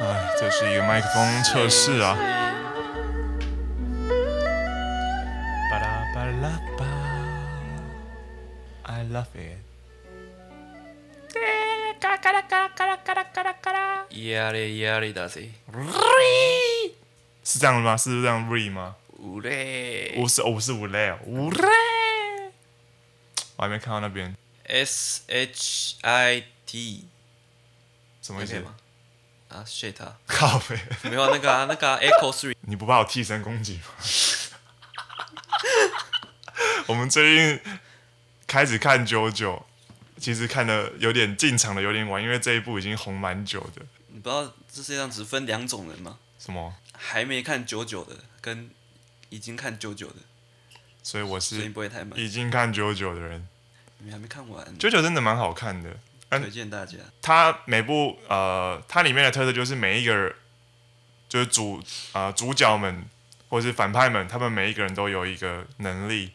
哎，这是一个麦克风测试啊。巴拉巴拉巴，I love it。嘎啦嘎啦嘎啦嘎啦嘎啦嘎啦嘎啦。压力压力大谁？是这样的吗？是这样 re 吗？五嘞我是哦我是五类哦，五类。我还没看到那边， ，S H I T，什么那意思边？吗？啊，shit 啊，靠背，没有啊那个啊那 个啊 Echo Three，你不怕我替身攻击吗？ 我们最近开始看九九，其实看的有点进场的有点晚，因为这一部已经红蛮久的。你不知道这世界上只分两种人吗？什么？还没看九九的跟已经看九九的，所以我所以你是不会太慢。已经看九九的人，你们还没看完，九九真的蛮好看的。推荐大家。它每部呃，它里面的特色就是每一个人，就是主啊、呃、主角们或是反派们，他们每一个人都有一个能力，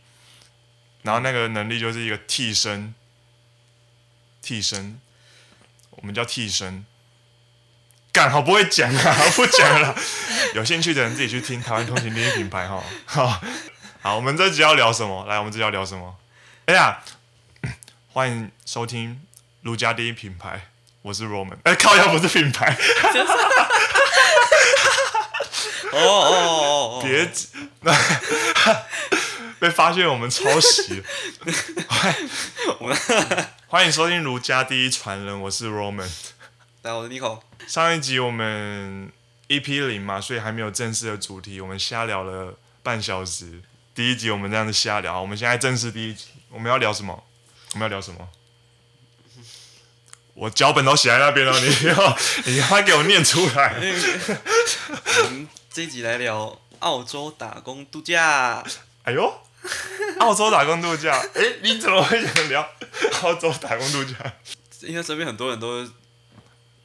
然后那个能力就是一个替身，替身，我们叫替身。干好不会讲啊， 不讲了啦。有兴趣的人自己去听台湾通勤第一品牌哈。 好，好，我们这集要聊什么？来，我们这集要聊什么？哎呀， 欢迎收听如家第一品牌，我是 Roman。哎、靠腰不是品牌，哦哦哦哦，别、 被发现我们抄袭。我们，欢迎收听如家第一传人，我是 Roman。来我是 Nico，上一集我们 EP 零嘛，所以还没有正式的主题，我们瞎聊了半小时。第一集我们这样子瞎聊，我们现在正式第一集，我们要聊什么？我们要聊什么？我脚本都写在那边了，你要你要给我念出来。我们这一集来聊澳洲打工度假。哎呦， 澳洲打工度假，哎、你怎么会想聊 澳洲打工度假？应该身边很多人都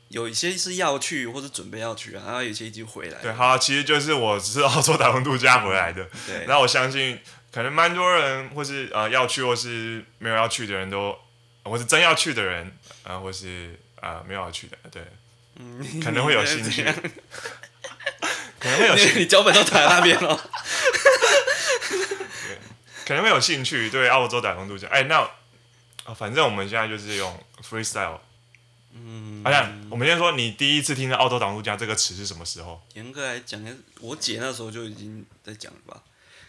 有一些是要去或者准备要去啊，然后有一些已经回来了。对，啊好，其实就是我只是澳洲打工度假回来的。对那我相信，可能蛮多人或是呃要去或是没有要去的人都，或是真要去的人，呃，或是呃没有要去的，对， 可能会有兴趣嗯 可这样，能会有兴 你你脚本都躺在那边了。可能会有兴趣对澳洲打工度假。哎、那、啊反正我们现在就是用 freestyle。嗯，好、像我们先说，你第一次听到“澳洲打工度假”这个词是什么时候？严格来讲，我姐那时候就已经在讲了吧，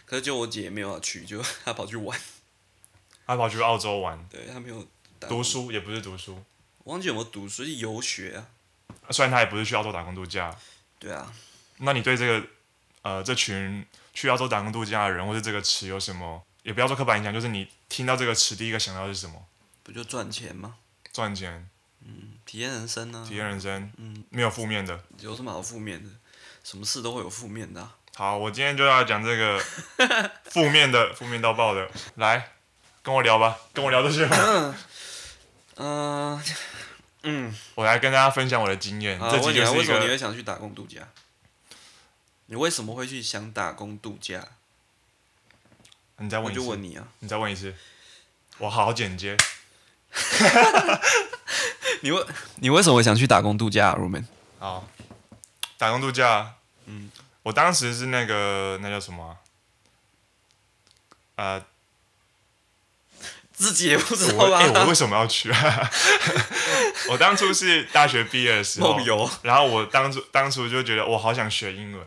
可是就我姐也没有要去，就她跑去玩， 他啊跑去澳洲玩，对她没有打工读，书也不是读书，我忘记有没有读书，是游学啊。虽然他也不是去澳洲打工度假。对啊，那你对这个呃这群去澳洲打工度假的人，或是这个词有什么？也不要说刻板印象，就是你听到这个词，第一个想到的是什么？不就赚钱吗？赚钱、体验人生啊体，验人生，没有负面的。有什么好负面的？什么事都会有负面的、啊。好，我今天就要讲这 个负面的，负面到爆的，来跟我聊吧，跟我聊这些吧。 嗯、 嗯，我来跟大家分享我的经验，啊，这问集就你啊，是为一什么你会个想去打工度假？你为什么会去想打工度假？你再我问一就次，问你啊，你再问一次，我好好剪接。你 为你为什么会想去打工度假、啊、，Roman？好，打工度假，嗯嗯，我当时是那个那叫什么啊、呃，自己也不知道啊我吧？哎、我为什么要去？ 我当初是大学毕业的时候梦，游，然后我当初当初就觉得我好想学英文，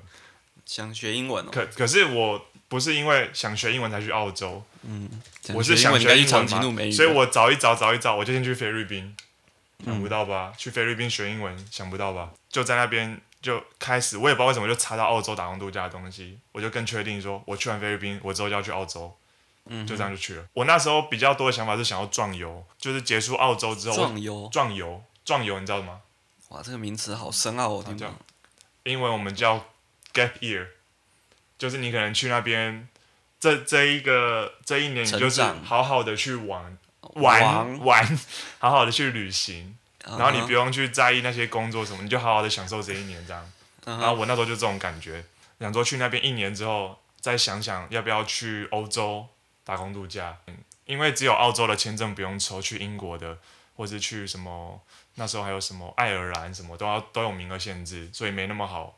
想学英文哦。可可是我不是因为想学英文才去澳洲，我是英想文应该学去英文长嘛颈鹿美语吧，所以我找一找找一找，嗯我就先去菲律宾，想不到吧？去菲律宾学英文，想不到吧？就在那边就开始，我也不知道为什么就查到澳洲打工度假的东西，我就更确定说，我去完菲律宾，我之后就要去澳洲，嗯哼就这样就去了。我那时候比较多的想法是想要壮游，就是结束澳洲之后我壮游，壮游，壮游你知道吗？哇，这个名词好深奥哦，我听不啊叫懂。英文我们叫 gap year，就是你可能去那边这这一个这一年你就是成长好好的去玩玩玩，好好的去旅行，嗯然啊后你不用去在意那些工作什么，你就好好的享受这一年这样。嗯然哼，后然后我那时候就这种感觉，想说去那边一年之后再想想要不要去欧洲打工度假，嗯因为只有澳洲的签证不用抽，去英国的或是去什么那时候还有什么爱尔兰什么都要都有名额限制，所以没那么好。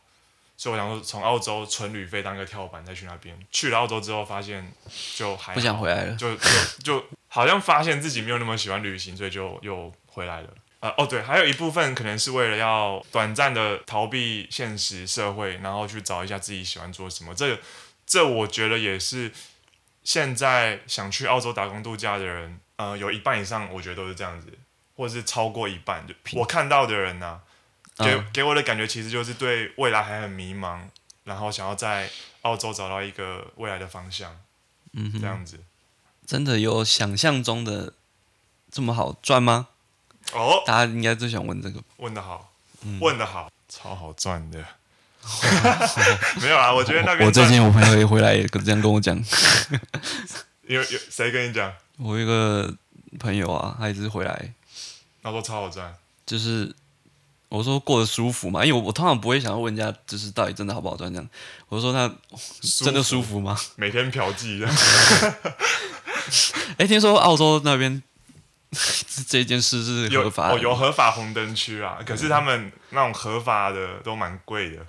所以我想说，从澳洲纯旅费当个跳板再去那边。去了澳洲之后，发现就还好不想回来了。就就就好像发现自己没有那么喜欢旅行，所以就又回来了。呃，哦对，还有一部分可能是为了要短暂的逃避现实社会，然后去找一下自己喜欢做什么。这这我觉得也是现在想去澳洲打工度假的人，呃，有一半以上我觉得都是这样子，或者是超过一半。就我看到的人呢、给、嗯给我的感觉其实就是对未来还很迷茫，然后想要在澳洲找到一个未来的方向，嗯这哼，样子。真的有想象中的这么好赚吗？哦，大家应该最想问这个吧。问的好，嗯问的好，超好赚的。 没有 啊，我觉得那边我最赚近我朋友也回来也跟这样跟我讲，有有谁跟你讲，我有一个朋友啊，他一直回来，他说超好赚，就是我说过得舒服嘛，因为我我通常不会想要问人家就是到底真的好不好赚这样，我说那真的舒服吗？每天嫖 妓这样。哎，听说澳洲那边 这件事是有合法的，哦，有合法红灯区啊，可是他们那种合法的都蛮贵的，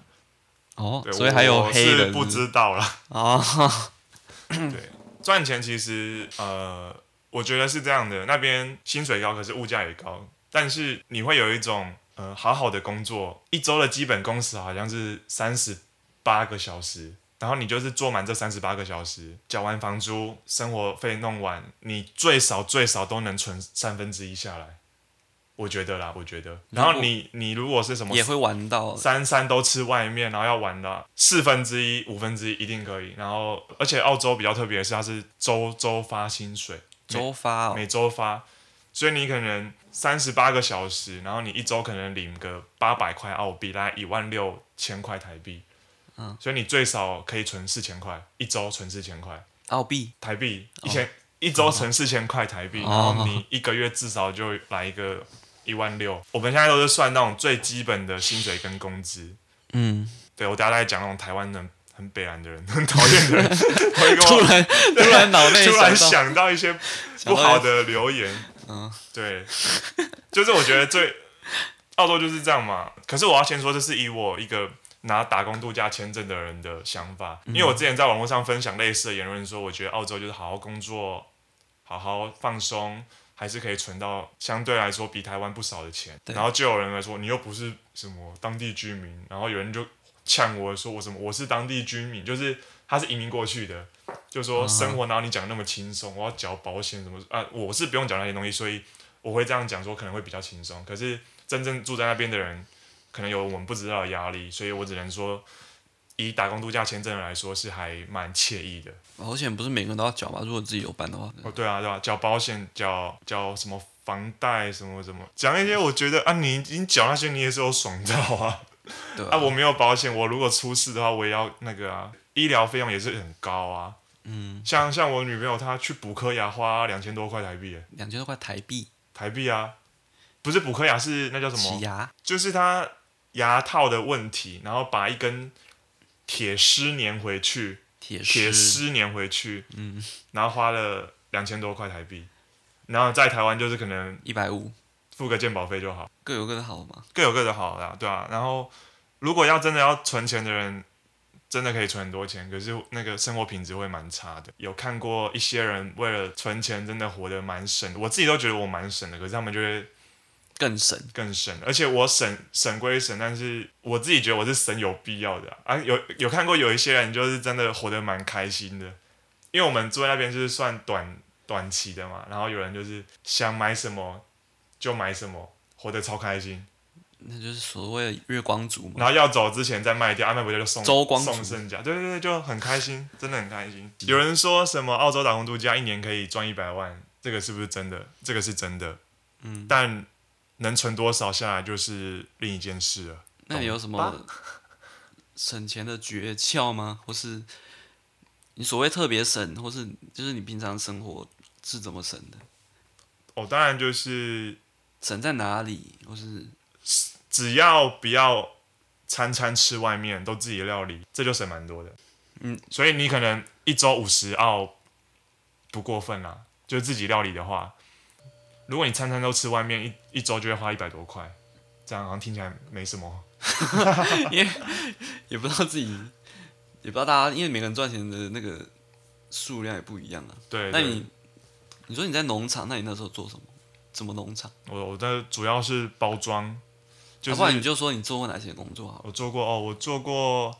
哦对，所以还有我黑是人不是知道啦。啊， 对，赚钱其实呃，我觉得是这样的，那边薪水高，可是物价也高，但是你会有一种呃，好好的工作，一周的基本工时好像是三十八个小时。然后你就是做满这三十八个小时，缴完房租、生活费弄完，你最少最少都能存三分之一下来，我觉得啦，我觉得。然后你你如果是什么也会玩到三餐都吃外面，然后要玩的四分之一、五分之一一定可以。然后，而且澳洲比较特别的是，它是周周发薪水，周发哦，每周发，所以你可能三十八个小时，然后你一周可能领个八百块澳币，大概一万六千块台币。嗯，所以你最少可以存四千块，一周存四千块澳币台币，一千、一周存四千块台币，哦然后你一个月至少就来一个一万六。我们现在都是算那种最基本的薪水跟工资。嗯，对我等下再讲那种台湾人很北蓝的人，很讨厌的人， 会 跟突我 然突然脑内突然到想到一些不好的留言。嗯，对，嗯就是我觉得最澳洲就是这样嘛。可是我要先说，这是以我一个拿打工度假签证的人的想法，因为嗯我之前在网络上分享类似的言论，说我觉得澳洲就是好好工作，好好放松。还是可以存到相对来说比台湾不少的钱，对然后就有人来说你又不是什么当地居民，然后有人就呛我说我什么我是当地居民，就是他是移民过去的，就说生活哪有你讲那么轻松，我要缴保险什么啊，我是不用缴那些东西，所以我会这样讲说可能会比较轻松。可是真正住在那边的人，可能有我们不知道的压力，所以我只能说，以打工度假签证来说是还蛮惬意的。保险不是每个人都要缴吗？如果自己有办的话，哦，对啊，对啊，缴保险、缴缴什么房贷什么什么，讲一些我觉得啊，你已经缴那些你也是有爽到啊。对吧啊，我没有保险，我如果出事的话，我也要那个啊，医疗费用也是很高啊。嗯，像像我女朋友她去补颗牙花两千多块台币耶，两千多块台币台币啊，不是补颗牙是那叫什么洗？牙，就是他牙套的问题，然后把一根铁丝粘回去，铁铁丝，丝粘回去，嗯，然后花了两千多块台币，然后在台湾就是可能一百五，付个鉴保费就好，各有各的好嘛。各有各的好啦，对啊。然后如果要真的要存钱的人，真的可以存很多钱，可是那个生活品质会蛮差的。有看过一些人为了存钱，真的活得蛮省的，我自己都觉得我蛮省的，可是他们就会更省，更省，而且我省省归省，但是我自己觉得我是省有必要的啊。啊有有看过有一些人就是真的活得蛮开心的，因为我们住在那边就是算短短期的嘛，然后有人就是想买什么就买什么，活得超开心，那就是所谓的月光族嘛。然后要走之前再卖掉，啊，卖不掉就送周光族嗯送剩价，对对对，就很开心，真的很开心。有人说什么澳洲打工度假一年可以赚一百万，这个是不是真的？这个是真的，嗯，但能存多少下来就是另一件事了。那你有什么省钱的诀窍吗？或是你所谓特别省，或是就是你平常生活是怎么省的？哦，当然就是省在哪里？或是只要不要餐餐吃外面，都自己料理，这就省蛮多的。嗯，所以你可能啊一周五十澳不过分啦，就是自己料理的话。如果你餐餐都吃外面，一一周就会花一百多块，这样好像听起来没什么。也不知道自己，也不知道大家，因为每个人赚钱的那个数量也不一样啊。对，那对你，你说你在农场，那你那时候做什么？怎么农场？我我的主要是包装，就要是啊不然你就说你做过哪些工作好了。我做过哦，我做过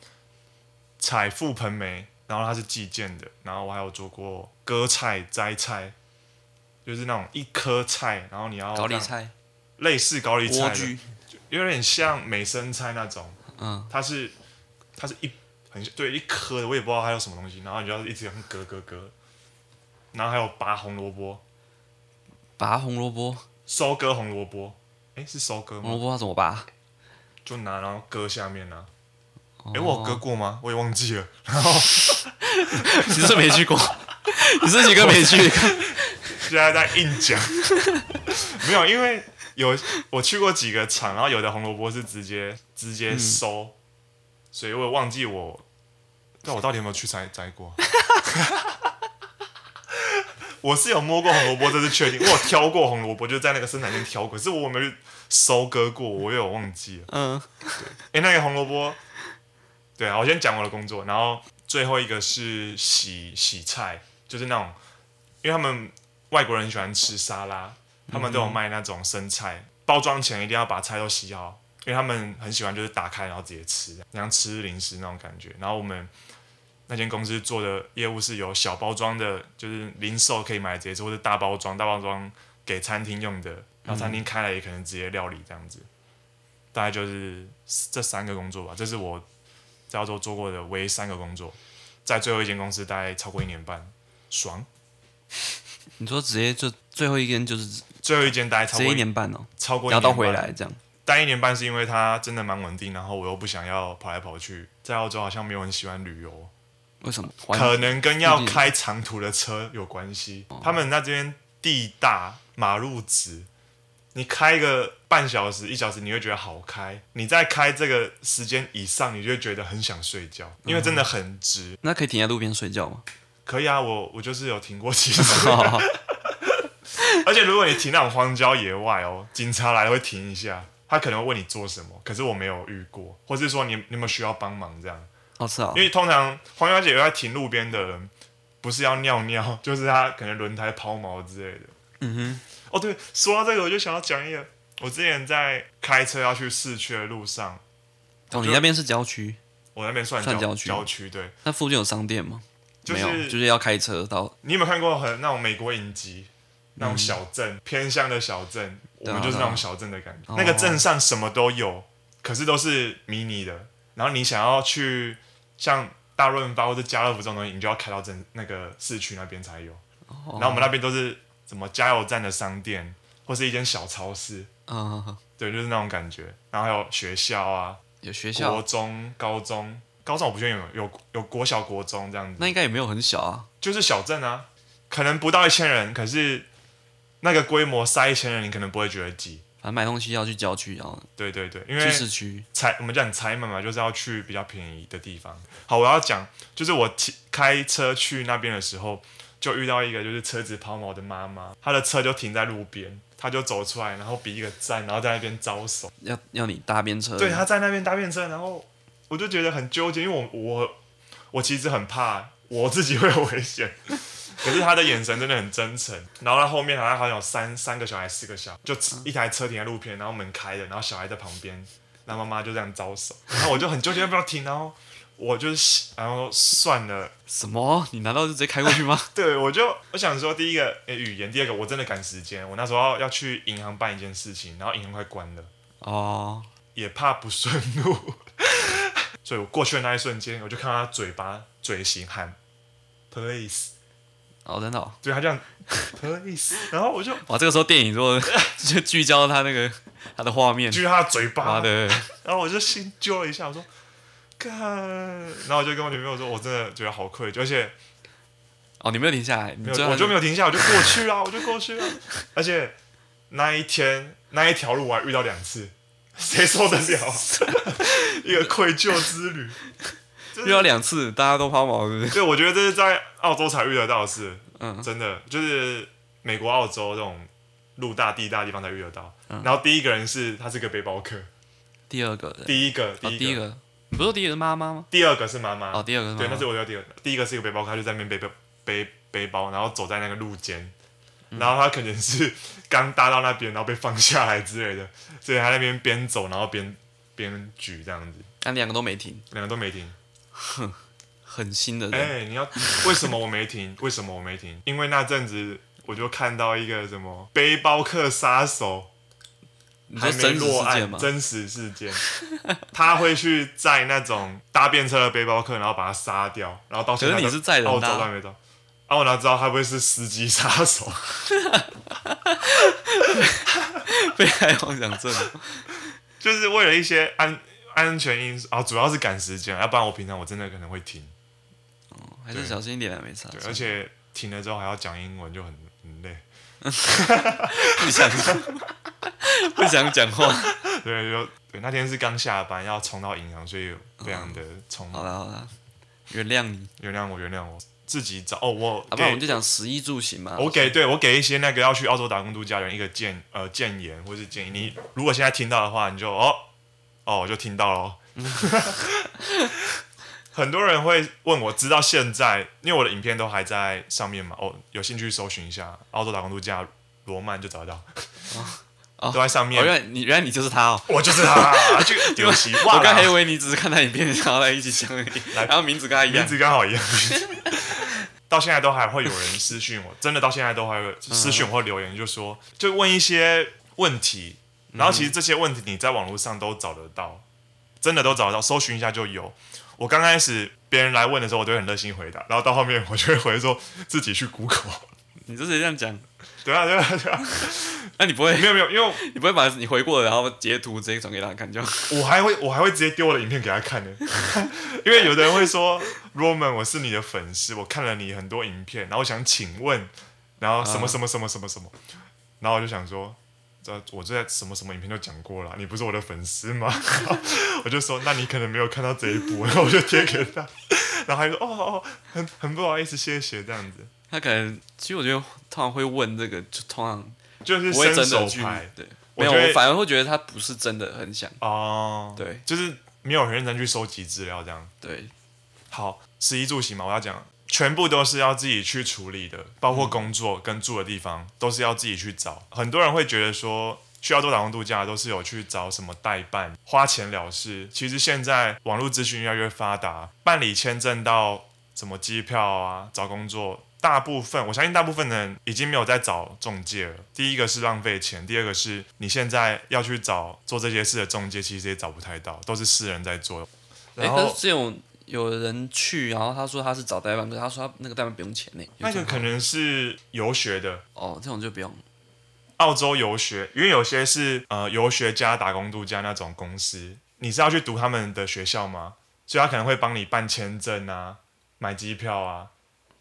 采覆盆梅，然后它是寄件的，然后我还有做过割菜、摘菜，就是那种一颗菜，然后你要高丽让，菜、类似高丽菜莴的，苣，有点像美生菜那种，嗯，它是它是一很像对一颗的，我也不知道它有什么东西，然后你就要一直用割割割，然后还有拔红萝卜，拔红萝卜，收割红萝卜，诶，是收割吗？红萝卜要怎么拔？就拿然后割下面啊，哎诶，我有割过吗？我也忘记了。 你是不是没去过，你是几个没去？现在在硬讲， 没有，因为有我去过几个厂，然后有的红萝卜是直接直接收，所以我也忘记我，但我到底有没有去摘摘过？ 我是有摸过红萝卜，这是确定。我有挑过红萝卜，就在那个生产线挑过，可是我没有去收割过，我有忘记了。嗯，哎、那个红萝卜，对啊，我先讲我的工作，然后最后一个是洗洗菜，就是那种，因为他们外国人喜欢吃沙拉，他们都有卖那种生菜，包装前一定要把菜都洗好，因为他们很喜欢就是打开然后直接吃，像吃零食那种感觉。然后我们那间公司做的业务是有小包装的，就是零售可以买直接吃，或者大包装，大包装给餐厅用的，然后餐厅开了也可能直接料理这样子。大概就是这三个工作吧，这是我在澳洲做过的唯一三个工作，在最后一间公司待超过一年半，爽。你说直接就最后一根就是直最后一间待超接过一年半哦，超过一然后年到半回来这样。待一年半是因为它真的蛮稳定，然后我又不想要跑来跑去，在澳洲好像没有人喜欢旅游，为什么？可能跟要开长途的车有关系。哦他们那边地大马路直，你开个半小时一小时，你会觉得好开；你再开这个时间以上，你就会觉得很想睡觉，因为真嗯的很直。那可以停在路边睡觉吗？可以啊，我我就是有停过 几次，而且如果你停那种荒郊野外哦，警察来会停一下，他可能会问你做什么，可是我没有遇过，或是说你你有没有需要帮忙这样，哦，是啊因，为通常荒郊野外停路边的人，不是要尿尿， 就是他可能轮胎抛锚之类的。嗯哦，对，说到这个，我就想要讲一个，我之前在开车要去市区的路上，哼，哦，你那边是郊区，我那边算算郊郊区郊区对，那附近有商店吗？就没有，是就是要开车到。你有没有看过很那种美国影集，那种小镇、偏乡的小镇，我啊们就是那嗯对啊种小镇的感觉。哦那个镇上什么都有，可是都是迷你的。然后你想要去像大润发或者家乐福这种东西，你就要开到镇那个市区那边才有。哦然后我们那边都是什么加油站的商店，或是一间小超市，嗯，对，就是那种感觉。然后还有学校啊，有学国校，中、高中，高中我不确定有没有有有国小、国中这样子。那应该也没有很小啊。就是小镇啊，可能不到一千人，可是那个规模塞一千人，你可能不会觉得挤。反正买东西要去郊区，然后对对对，因为去市区。采我们讲采买嘛，就是要去比较便宜的地方。好，我要讲就是我骑开车去那边的时候，就遇到一个就是车子抛锚的妈妈，她的车就停在路边，她就走出来，然后比一个赞，然后在那边招手。要要你搭便车，对，他在那边搭便车，然后我就觉得很纠结，因为我我我其实很怕我自己会有危险， 可是他的眼神真的很真诚。然后他后面好像好像有三三个小孩，四个小孩，就一台车停在路边，然后门开了，然后小孩在旁边，然后妈妈就这样招手，然后我就很纠结要不要停，然后我就是然后算了，什么？你难道就直接开过 去吗？对我就我想说第一个诶语言，第二个我真的赶时间，我那时候要要去银行办一件事情，然后银行快关了。哦，也怕不顺路， 所以我过去的那一瞬间，我就看到他嘴巴嘴型喊 “please”，哦，真的、哦，对他这样 “please”，然后我就哇，这个时候电影如果 就聚焦他那个他的画面，举他的嘴妈巴，的，然后我就心揪了一下，我说干，然后我就跟我女朋友说，我真的觉得好愧疚，而且哦，你没有停下来，你没最有后我就没有停下，我就过去啊，我就过去啊，而且那一天那一条路我还遇到两次，谁受得了？ 一个愧疚之旅，就是遇到两次，大家都抛锚，是不是？对，我觉得这是在澳洲才遇得到的事，嗯，真的就是美国、澳洲这种陆大、地大的地方才遇得到。嗯然后第一个人是他是个背包客，第二个人，第一个，哦，第第一一个，个，你不是说第一个是妈妈吗？第二个是妈妈。哦，第二个是妈对，妈那是我的第二个，第一个是一个背包客，他就在那边背背背背包，然后走在那个路肩，嗯然后他可能是刚搭到那边，然后被放下来之类的，所以他那边边走然后边边举这样子，那两个都没停，两个都没停。很新的哎、人，你要为什么我没停？ 为什么我没停？因为那阵子我就看到一个什么背包客杀手你说还没真实落事件案，吗？真实事件， 他会去载那种搭便车的背包客，然后把他杀掉，然后到现在可是你都是载人哦我搭找到没到？啊，我哪知道他会不会是司机杀手？ 被害妄想症，就是为了一些安安全因素啊，主要是赶时间，要不然我平常我真的可能会停，还是对小心一点啊，没差。对，而且停了之后还要讲英文，就很很累，不想不想讲话。对，就对。那天是刚下班，要冲到银行，所以非常的冲好啦好啦，原谅你。原谅我，原谅我，自己找哦，我啊，不然给我们就讲食衣住行嘛。我给对我给一些那个要去澳洲打工度假的人一个建呃建言或是建议。你如果现在听到的话，你就哦哦，我就听到了。 很多人会问我，直到现在，因为我的影片都还在上面嘛，哦，有兴趣搜寻一下澳洲打工度假罗曼就找得到，哦 都在上哦，面原。来你原来你就是他哦。我就是他，就丢弃哇啦！ 我刚还以为你只是看他影片，想要在一起讲而已，然后名字跟他一名样。字刚好一 样。到现在都还会有人私讯我，真的到现在都还有嗯私讯我或留言，就说就问一些问题，然后其实这些问题你在网络上都找得到，真的都找得到，搜寻一下就有。我刚开始别人来问的时候，我都会很热心回答，然后到后面我就会回说自己去 Google。你就是这样讲，对啊，对啊，对 啊，那你不会没有没有，因为你不会把你回过的然后截图直接转给他看就？ 我还会我还会直接丢我的影片给他看呢， 因为有的人会说 Roman，我是你的粉丝，我看了你很多影片，然后我想请问，然后什么啊什么什么什么什么，然后我就想说，这我这在什么什么影片都讲过了，你不是我的粉丝吗？ 然后我就说，那你可能没有看到这一部，然后我就贴给他，然后他就说，哦哦，很很不好意思，谢谢这样子，他可能其实我觉得通常会问这个，就通常就是不会伸真的手去牌对。我没有，觉得我反而会觉得他不是真的很想。哦，，对就是没有很认真去收集资料这样。对，好，食衣住行嘛，我要讲，全部都是要自己去处理的，包括工作跟住的地方，都是要自己去找。很多人会觉得说，去澳洲打工度假都是有去找什么代办，花钱了事。其实现在网络资讯越来越发达，办理签证到什么机票啊，找工作。大部分我相信大部分的人已经没有在找中介了。第一个是浪费钱，第二个是你现在要去找做这些事的中介，其实也找不太到，都是私人在做。哎、然可后是这种有人去，然后他说他是找代办，可是他说他那个代办不用钱呢、有那这个种可能是游学的，哦，这种就不用。澳洲游学，因为有些是呃游学加打工度假那种公司，你是要去读他们的学校吗？所以他可能会帮你办签证啊、买机票啊，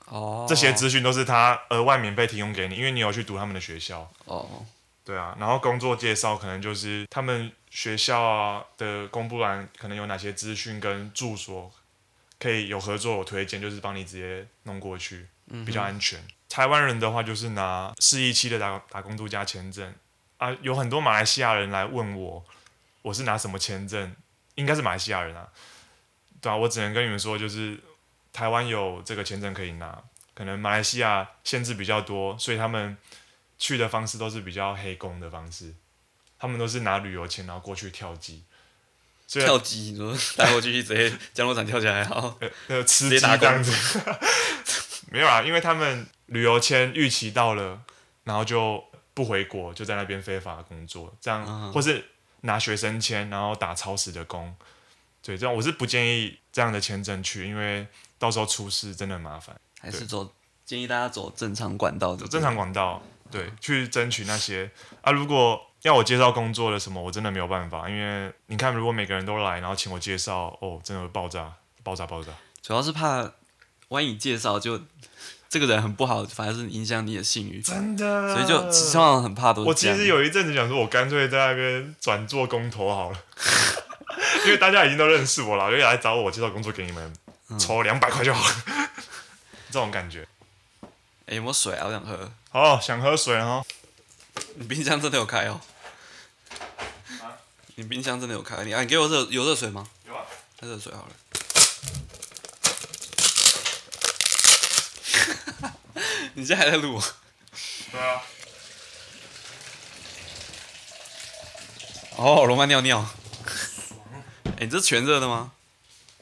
哦，这些资讯都是他额外免费提供给你，因为你有去读他们的学校。哦，对啊，然后工作介绍可能就是他们学校啊的公布栏可能有哪些资讯跟住所可以有合作有推荐，就是帮你直接弄过去，比较安全。台湾人的话就是拿适宜期的打打工度假签证啊，有很多马来西亚人来问我，我是拿什么签证？应该是马来西亚人啊，对啊，我只能跟你们说，就是台湾有这个签证可以拿，可能马来西亚限制比较多，所以他们去的方式都是比较黑工的方式，他们都是拿旅游签然后过去跳机，所以跳机，你说带过去直接 降落伞跳起来，然后呃呃吃鸡接打这工样子， 没有啊，因为他们旅游签逾期到了，然后就不回国，就在那边非法工作，这样、啊或是拿学生签然后打超时的工，对，这样我是不建议这样的签证去，因为到时候出事真的很麻烦。还是走建议大家走正常管道，正常管道，对，去争取那些啊。如果要我介绍工作的什么，我真的没有办法，因为你看，如果每个人都来，然后请我介绍，哦，真的会爆炸，爆炸，爆炸。主要是怕万一介绍就这个人很不好，反而是影响你的信誉，所真的以就其实通常很怕都我是其这样实有一阵子想说，我干脆在那边转做工头好了， 因为大家已经都认识我了，就来找我介绍工作给你们，嗯抽两百块就好了， 这种感觉。哎、有没有水啊？我想喝。好，想喝水了哦。你冰箱真的有开哦？啊你冰箱真的有开？你啊，你给我热有热水吗？有啊，开热水好了。 你现在还在录啊？对啊，哦，罗曼尿尿。哎、你这全热的吗？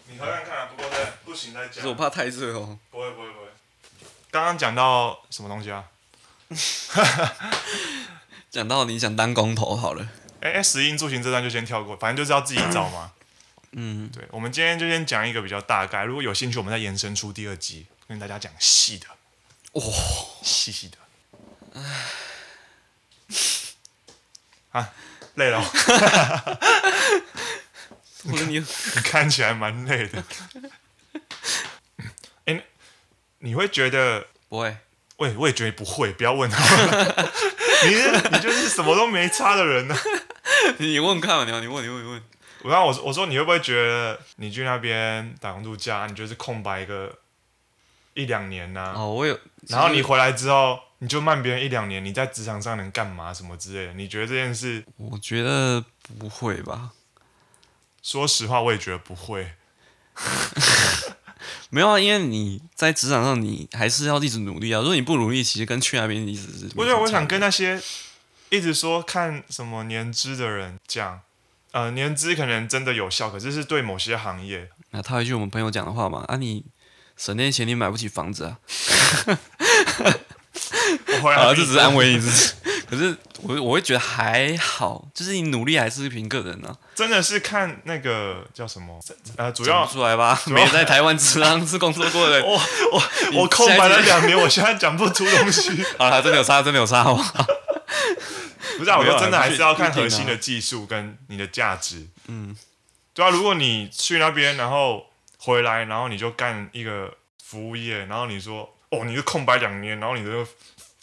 你喝看看啊，不过再不行再可讲是我怕太热哦。不会不会不会。刚刚讲到什么东西啊？讲到你想当工头好了，哎、哎，石英柱形这段就先跳过，反正就是要自己找嘛。嗯，对，我们今天就先讲一个比较大概，如果有兴趣，我们再延伸出第二集跟大家讲细的，哇、细细的。啊，累了哦，我跟你你看起来蛮累的。哎、你会觉得？不会，我也我也觉得不会，不要问他。 你是你就是什么都没差的人呢、啊你 问看嘛，你你问你问你问，我刚刚我说我说你会不会觉得你去那边打工度假，你就是空白个一两年呐、哦，我有，然后其你实回来之后，你就慢别人一两年，你在职场上能干嘛什么之类的？你觉得这件事？我觉得不会吧？说实话，我也觉得不会。嗯没有啊，因为你在职场上，你还是要一直努力啊。如果你不努力，其实跟去那边一直是没什么差别。我觉得我想跟那些一直说看什么年资的人讲，呃，年资可能真的有效，可是是对某些行 业，那套一句我们朋友讲的话嘛，啊，你省那些钱，你买不起房子 啊。我回来啊，自这己 只是安慰你自己。可是我我会觉得还好，就是你努力还是凭个人啊，真的是看那个叫什么，呃，主要讲不出来吧？没有在台湾职场是工作过的 人，我我我空白了两年，我现在讲不出东西。好啦，真的有差，真的有差哦。不是、啊，我没有说啊真的还是要看不是核一定啊心的技术跟你的价值。嗯，对啊，如果你去那边，然后回来，然后你就干一个服务业，然后你说哦，你就空白两年，然后你的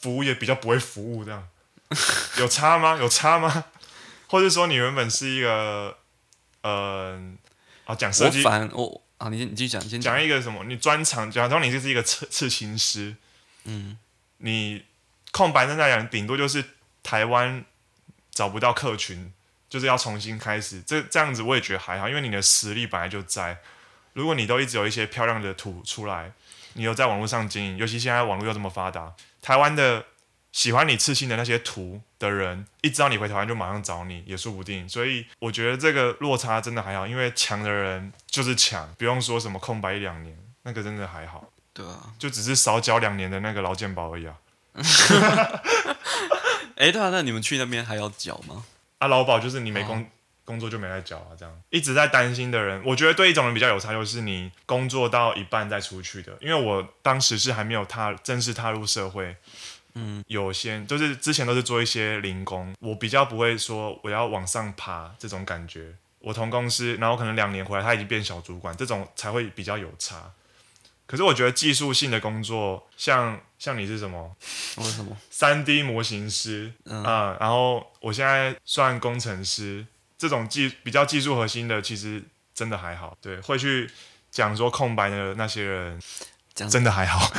服务业比较不会服务，这样 有差吗？ 有差吗？或者说你原本是一个，呃，啊，讲 设我计，反我啊，你先你继续讲，你先讲一个什么？你专长，假装你就是一个刺刺青师，嗯，你空白在那两，顶多就是台湾找不到客群，就是要重新开始。这这样子我也觉得还好，因为你的实力本来就在。如果你都一直有一些漂亮的图出来，你有在网络上经营，尤其现在网络又这么发达，台湾的喜欢你刺青的那些图的人，一知道你回台湾就马上找你，也说不定。所以我觉得这个落差真的还好，因为强的人就是强，不用说什么空白一两年，那个真的还好，对啊，就只是少缴两年的那个劳健保而已啊。哎，对啊，那你们去那边还要缴吗？啊，劳保就是你没工、工作就没来缴啊，这样一直在担心的人，我觉得对一种人比较有差，就是你工作到一半再出去的，因为我当时是还没有踏正式踏入社会。嗯，有些就是之前都是做一些零工，我比较不会说我要往上爬这种感觉。我同公司，然后可能两年回来他已经变小主管，这种才会比较有差。可是我觉得技术性的工作，像像你是什么为什么？三 D 模型师啊、嗯然后我现在算工程师，这种技比较技术核心的，其实真的还好。对，会去讲说空白的那些人讲，真的还好。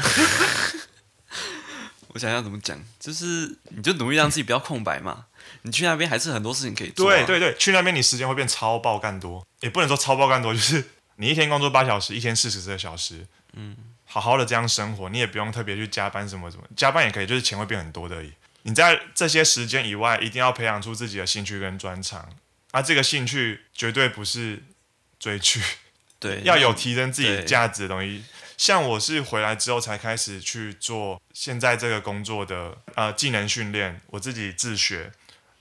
我想要怎么讲，就是你就努力让自己不要空白 嘛。你去那边还是很多事情可以做、啊对，对对，去那边你时间会变超爆干多，也不能说超爆干多，就是 你一天工作八小时，一天四十个小时，嗯，好好的这样生活，你也不用特别去加班什么什么，加班也可以，就是钱会变很多的而已。你在这些时间以外，一定要培养出自己的兴趣跟专长，啊，这个兴趣绝对不是追剧，对，要有提升自己对价值的东西。像我是回来之后才开始去做现在这个工作的呃技能训练，我自己自学。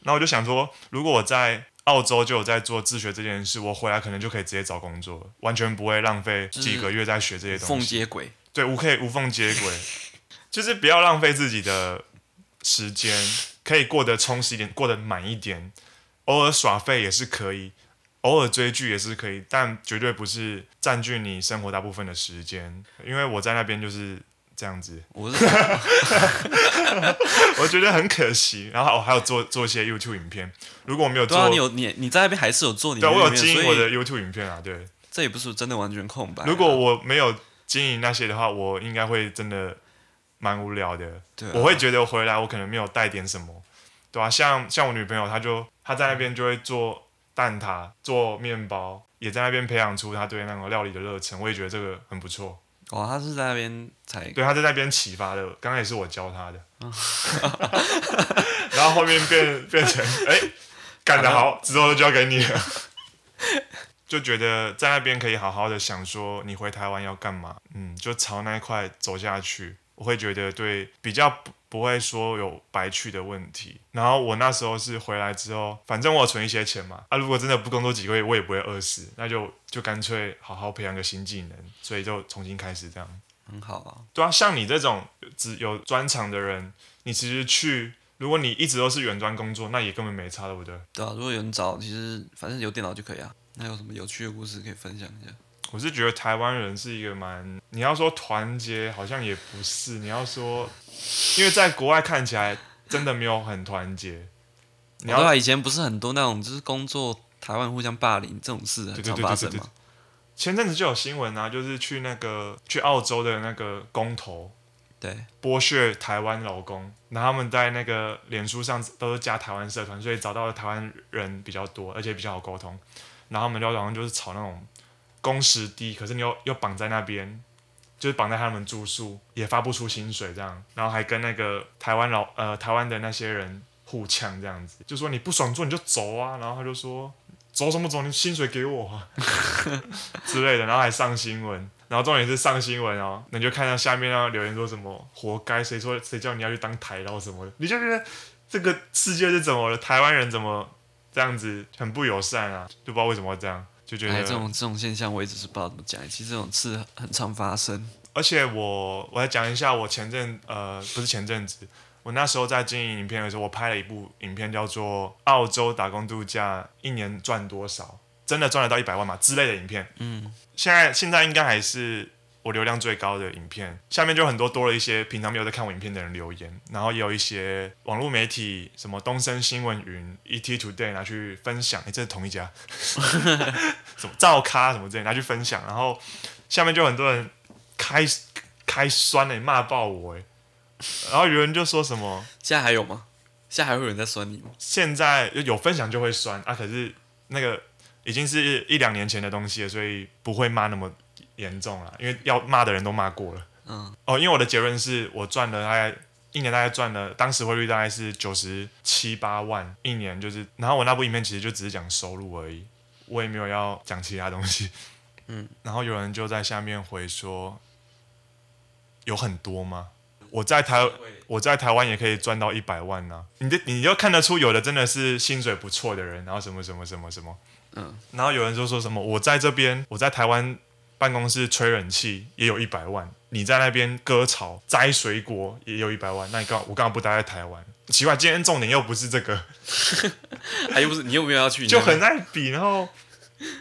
那我就想说，如果我在澳洲就有在做自学这件事，我回来可能就可以直接找工作，完全不会浪费是几个月在学这些缝东西。接轨。对，无可以无缝接轨，就是不要浪费自己的时间，可以过得充实一点，过得满一点，偶尔耍废也是可以，偶尔追剧也是可以，但绝对不是占据你生活大部分的时间。因为我在那边就是这样子，我是我觉得很可惜。然后我还有做做一些 YouTube 影片，如果我没有对做，啊，你 有你你在那边还是有做你对我有那边经营所我以的 YouTube 影片啊，对。这也不是真的完全空白啊、如果我没有经营那些的话，我应该会真的蛮无聊的。对啊我会觉得我回来我可能没有带点什么，对啊，像像我女朋友，她就她在那边就会做蛋挞、做面包，也在那边培养出她对那个料理的热忱。我也觉得这个很不错。哦，他是在那边才对，她在那边启发的，刚刚也是我教她的。 然后后面变变成哎，干得好，之后就交给你了。 就觉得在那边可以好好的想说你回台湾要干嘛，嗯，就朝那一块走下去。我会觉得对比较不不会说有白去的问题。然后我那时候是回来之后，反正我有存一些钱嘛，啊，如果真的不工作几个月，我也不会饿死，那就就干脆好好培养个新技能，所以就重新开始这样。很好啊。对啊，像你这种只有专长的人，你其实去，如果你一直都是远端工作，那也根本没差，对不对？对啊，如果有人找，其实反正有电脑就可以啊。那有什么有趣的故事可以分享一下？我是觉得台湾人是一个蛮，你要说团结，好像也不是；你要说，因为在国外看起来真的没有很团结。你哦要对啊，以前不是很多那种就是工作台湾互相霸凌这种事很对对常对发对生对嘛。前阵子就有新闻啊，就是去那个去澳洲的那个公投对，剥削台湾劳工，然后他们在那个脸书上都是加台湾社团，所以找到的台湾人比较多，而且比较好沟通。然后他们就好像就是炒那种工时低，可是你又又绑在那边，就是绑在他们住宿，也发不出薪水这样，然后还跟那个台湾老呃台湾的那些人互呛这样子，就说你不爽做你就走啊，然后他就说走什么走，你薪水给我啊 之类的，然后还上新闻。然后重点是上新闻哦，你就看到下面那留言说什么“活该”，谁说谁叫你要去当台劳什么的，你就觉得这个世界是怎么了？台湾人怎么这样子很不友善啊？就不知道为什么要这样，就觉得哎，这种这种现象我一直是不知道怎么讲，其实这种事很常发生。而且我我来讲一下，我前阵呃不是前阵子，我那时候在经营影片的时候，我拍了一部影片叫做《澳洲打工度假一年赚多少》，真的赚得到一百万吗之类的影片。嗯，现在现在应该还是我流量最高的影片，下面就很多多了一些平常没有在看我影片的人留言，然后也有一些网络媒体什么东森新闻云、ET Today 拿去分享，哎诶，这是同一家， 什么照咖什么之类拿去分享，然后下面就很多人开开酸诶，骂爆我诶，欸然后有人就说什么现在还有吗？现在还会有人在酸你吗？现在有分享就会酸啊，可是那个已经是一两年前的东西了，所以不会骂那么严重了，因为要骂的人都骂过了。嗯，哦，因为我的结论是我赚了大概一年，大概赚了当时汇率大概是九十七八万一年，就是然后我那部影片其实就只是讲收入而已，我也没有要讲其他东西。嗯，然后有人就在下面回说，有很多吗？我在台我在台湾也可以赚到一百万呢、你的你就看得出有的真的是薪水不错的人，然后什么什么什么什么，嗯，然后有人就说什么我在这边我在台湾办公室吹冷气也有一百万，你在那边割草摘水果也有一百万，那你干我干嘛不待在台湾？奇怪，今天重点又不是这个，哎，又不是你又没有要去，就很爱比，然后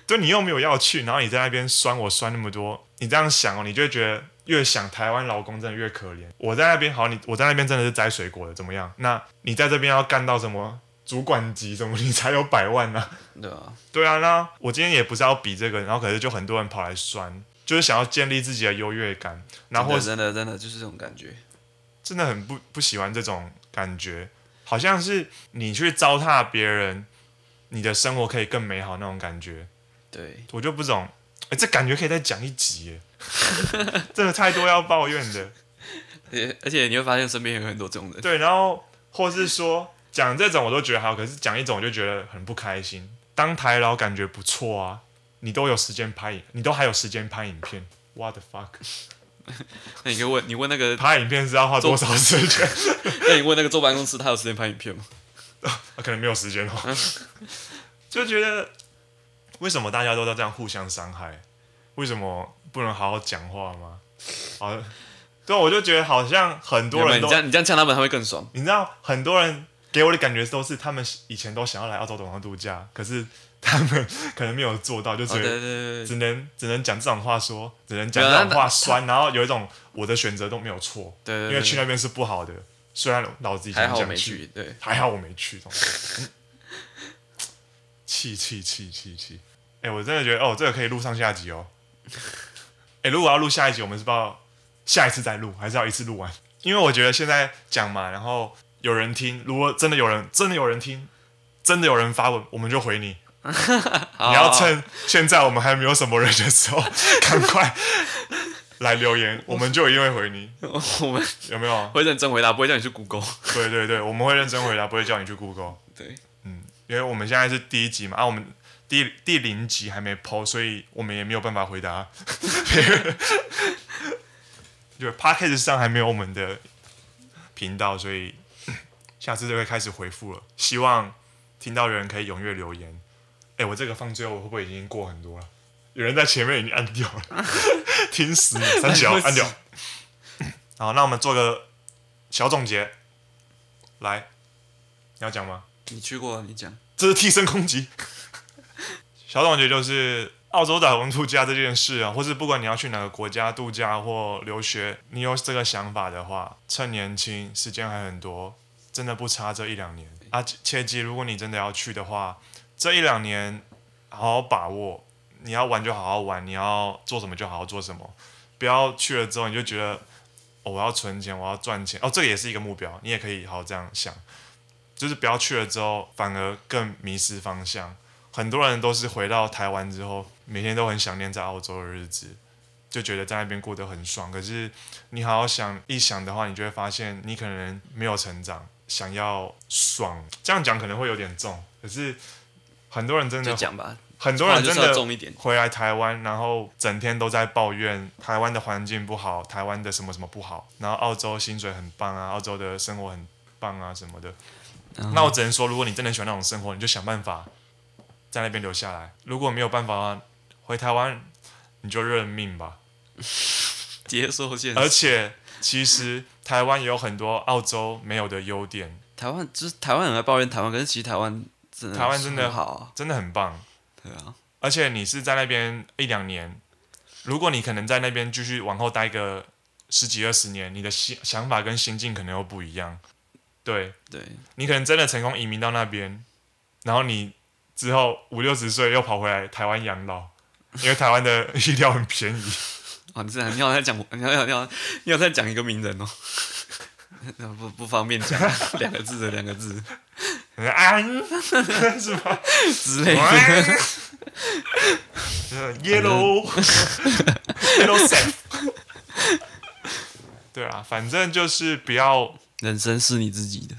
对你又没有要去，然后你在那边酸我酸那么多，你这样想哦，你就会觉得越想台湾劳工真的越可怜。我在那边好，你我在那边真的是摘水果的，怎么样？那你在这边要干到什么主管级，怎么 你才有百万呢、 对啊，对啊，那我今天也不是要比这个，然后可是就很多人跑来酸，就是想要建立自己的优越感，然真后或的是真的真的就是这种感觉。真的很不不喜欢这种感觉，好像是你去糟蹋别人，你的生活可以更美好那种感觉。对，我就不懂，哎，这感觉可以再讲一集耶， 真的太多要抱怨的。而且而且你会发现身边有很多这种人。对，然后或是说讲这种我都觉得还好，可是讲一种我就觉得很不开心。当台老感觉不错啊，你都有时间拍影，你都还有时间拍影片。What the fuck？那哎你可以问你问那个，哎拍影片是要花多少时间？那你问那个坐办公室，他有时间拍影片吗？啊可能没有时间哦。就觉得为什么大家都在这样互相伤害？为什么不能好好讲话吗？好，对，我就觉得好像很多人你都这样你这样呛他们，他会更爽。啊你知道很多人给我的感觉都是他们以前都想要来澳洲岛上度假，可是他们可能没有做到，就哦，只对能、对对只对能只能讲这种话说，只能讲没这有种话那酸，然后有一种我的选择都没有错，对，因为去那边是不好的，虽然老子以前还好我想没去，去，对，还好我没去，这种嗯气气气气气！哎、我真的觉得哦，这个可以录上下集哦。哎、如果要录下一集，我们是不是要下一次再录，还是要一次录完？因为我觉得现在讲嘛，然后有人听，如果真的有人真的有人听，真的有人发文，我们就回你。 啊你要趁 现在我们还没有什么人的时候， 赶快来留言，我们就一定会回你， 我们有没有？会认真回答，不会叫你去 Google。对对对，我们会认真回答，不会叫你去 Google。对，嗯，因为我们现在是第一集嘛，啊，我们第第零集还没 PO，所以我们也没有办法回答。 对 p a c k a g e 上还没有我们的频道，所以下次就会开始回复了。希望听到的人可以踊跃留言。哎，我这个放最后，我会不会已经过很多了？有人在前面已经按掉了， 听死你，三角按掉。好，那我们做个小总结，来，你要讲吗？你去过，啊你讲。这是替身攻击。 小总结就是，澳洲打工度假这件事啊，或是不管你要去哪个国家度假或留学，你有这个想法的话，趁年轻，时间还很多，真的不差这一两年啊。切切记，如果你真的要去的话，这一两年好好把握，你要玩就好好玩，你要做什么就好好做什么，不要去了之后你就觉得、哦、我要存钱，我要赚钱，哦，这个也是一个目标，你也可以好好这样想。就是不要去了之后，反而更迷失方向。很多人都是回到台湾之后，每天都很想念在澳洲的日子，就觉得在那边过得很爽。可是你好好想一想的话，你就会发现你可能没有成长。想要爽，这样讲可能会有点重，可是很多人真就的讲吧，很多人真话就的是要重一点回来台湾，然后整天都在抱怨台湾的环境不好，台湾的什么什么不好，然后澳洲薪水很棒啊，澳洲的生活很棒啊什么的。嗯那我只能说，如果你真的喜欢那种生活，你就想办法在那边留下来。如果没有办法的话，回台湾你就认命吧。接受现而实。且其实台湾也有很多澳洲没有的优点，台湾就是台湾人在抱怨台湾，可是其实台湾真的台湾真的很好啊，真的很棒。对啊，而且你是在那边一两年，如果你可能在那边继续往后待个十几二十年，你的心想法跟心境可能又不一样。对对，你可能真的成功移民到那边，然后你之后五六十岁又跑回来台湾养老，因为台湾的医疗很便宜。 啊，你这你要在讲， 你要你要你要再讲一个名人哦， 不不方便讲，啊 两个字的两个字安哎是吧？哎之类的。安呃 yellow yellow safe。对啊，反正就是不要人生是你自己的，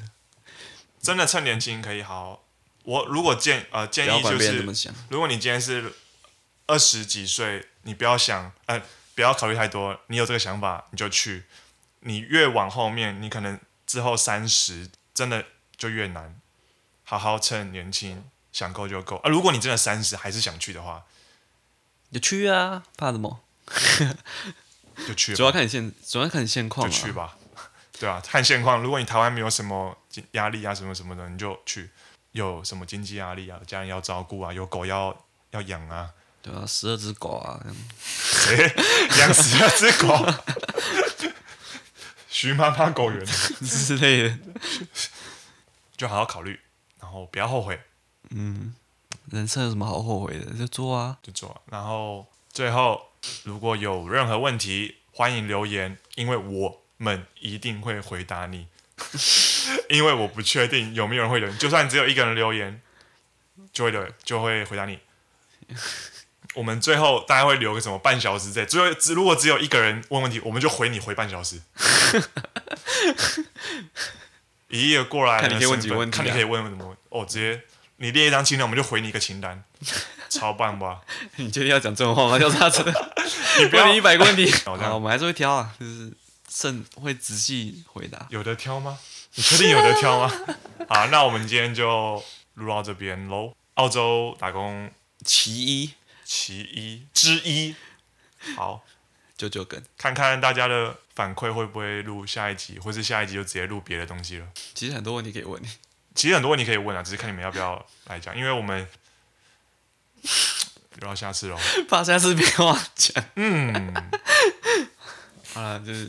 真的趁年轻可以好好。我如果建呃不建要议管就别人怎么是，想。如果你今天是二十几岁，你不要想呃不要考虑太多，你有这个想法你就去。你越往后面，你可能之后三十真的就越难。好好趁年轻，想够就够啊！如果你真的三十还是想去的话，你去啊，怕什么？ 就去吧主要看你现，主要看你现况、就啊。去吧。 对啊，看现况。如果你台湾没有什么经压力啊，什么什么的，你就去。有什么经济压力啊，家人要照顾啊，有狗要要养啊，对啊，十二只狗啊， 这样谁养死了只狗？ 徐妈妈狗园， 之类的。就好好考虑，然后不要后悔，人生有什么好后悔的？就做啊。 就做。然后最后，如果有任何问题，欢迎留言，因为我们一定会回答你。 因为我不确定有没有人会留言，就算只有一个人留言，就会留言，就会回答你。我们最后大概会留个什么半小时之类，最后只如果只有一个人问问题，我们就回你回半小时。以一个过来人的看你可以问几身个份问题啊看你可以问什么问哦，直接你列一张清单，我们就回你一个清单，超棒吧？你确定要讲这种话吗？要是他真的你不要问你一百个问题， 好这样好，我们还是会挑啊，就是慎会仔细回答。有得挑吗？你确定有得挑吗？ 好，那我们今天就录到这边喽。澳洲打工其一，其一之一，好，九九梗。看看大家的反馈会不会录下一集，或是下一集就直接录别的东西了。其实很多问题可以问你。其实很多问题可以问啊，只是看你们要不要来讲，因为我们 留到下次喽。怕下次别忘讲。嗯，好了，就是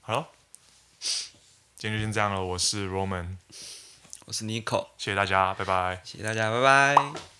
好了，今天就先这样了。我是 Roman，我是 Nico，谢谢大家，拜拜。谢谢大家，拜拜。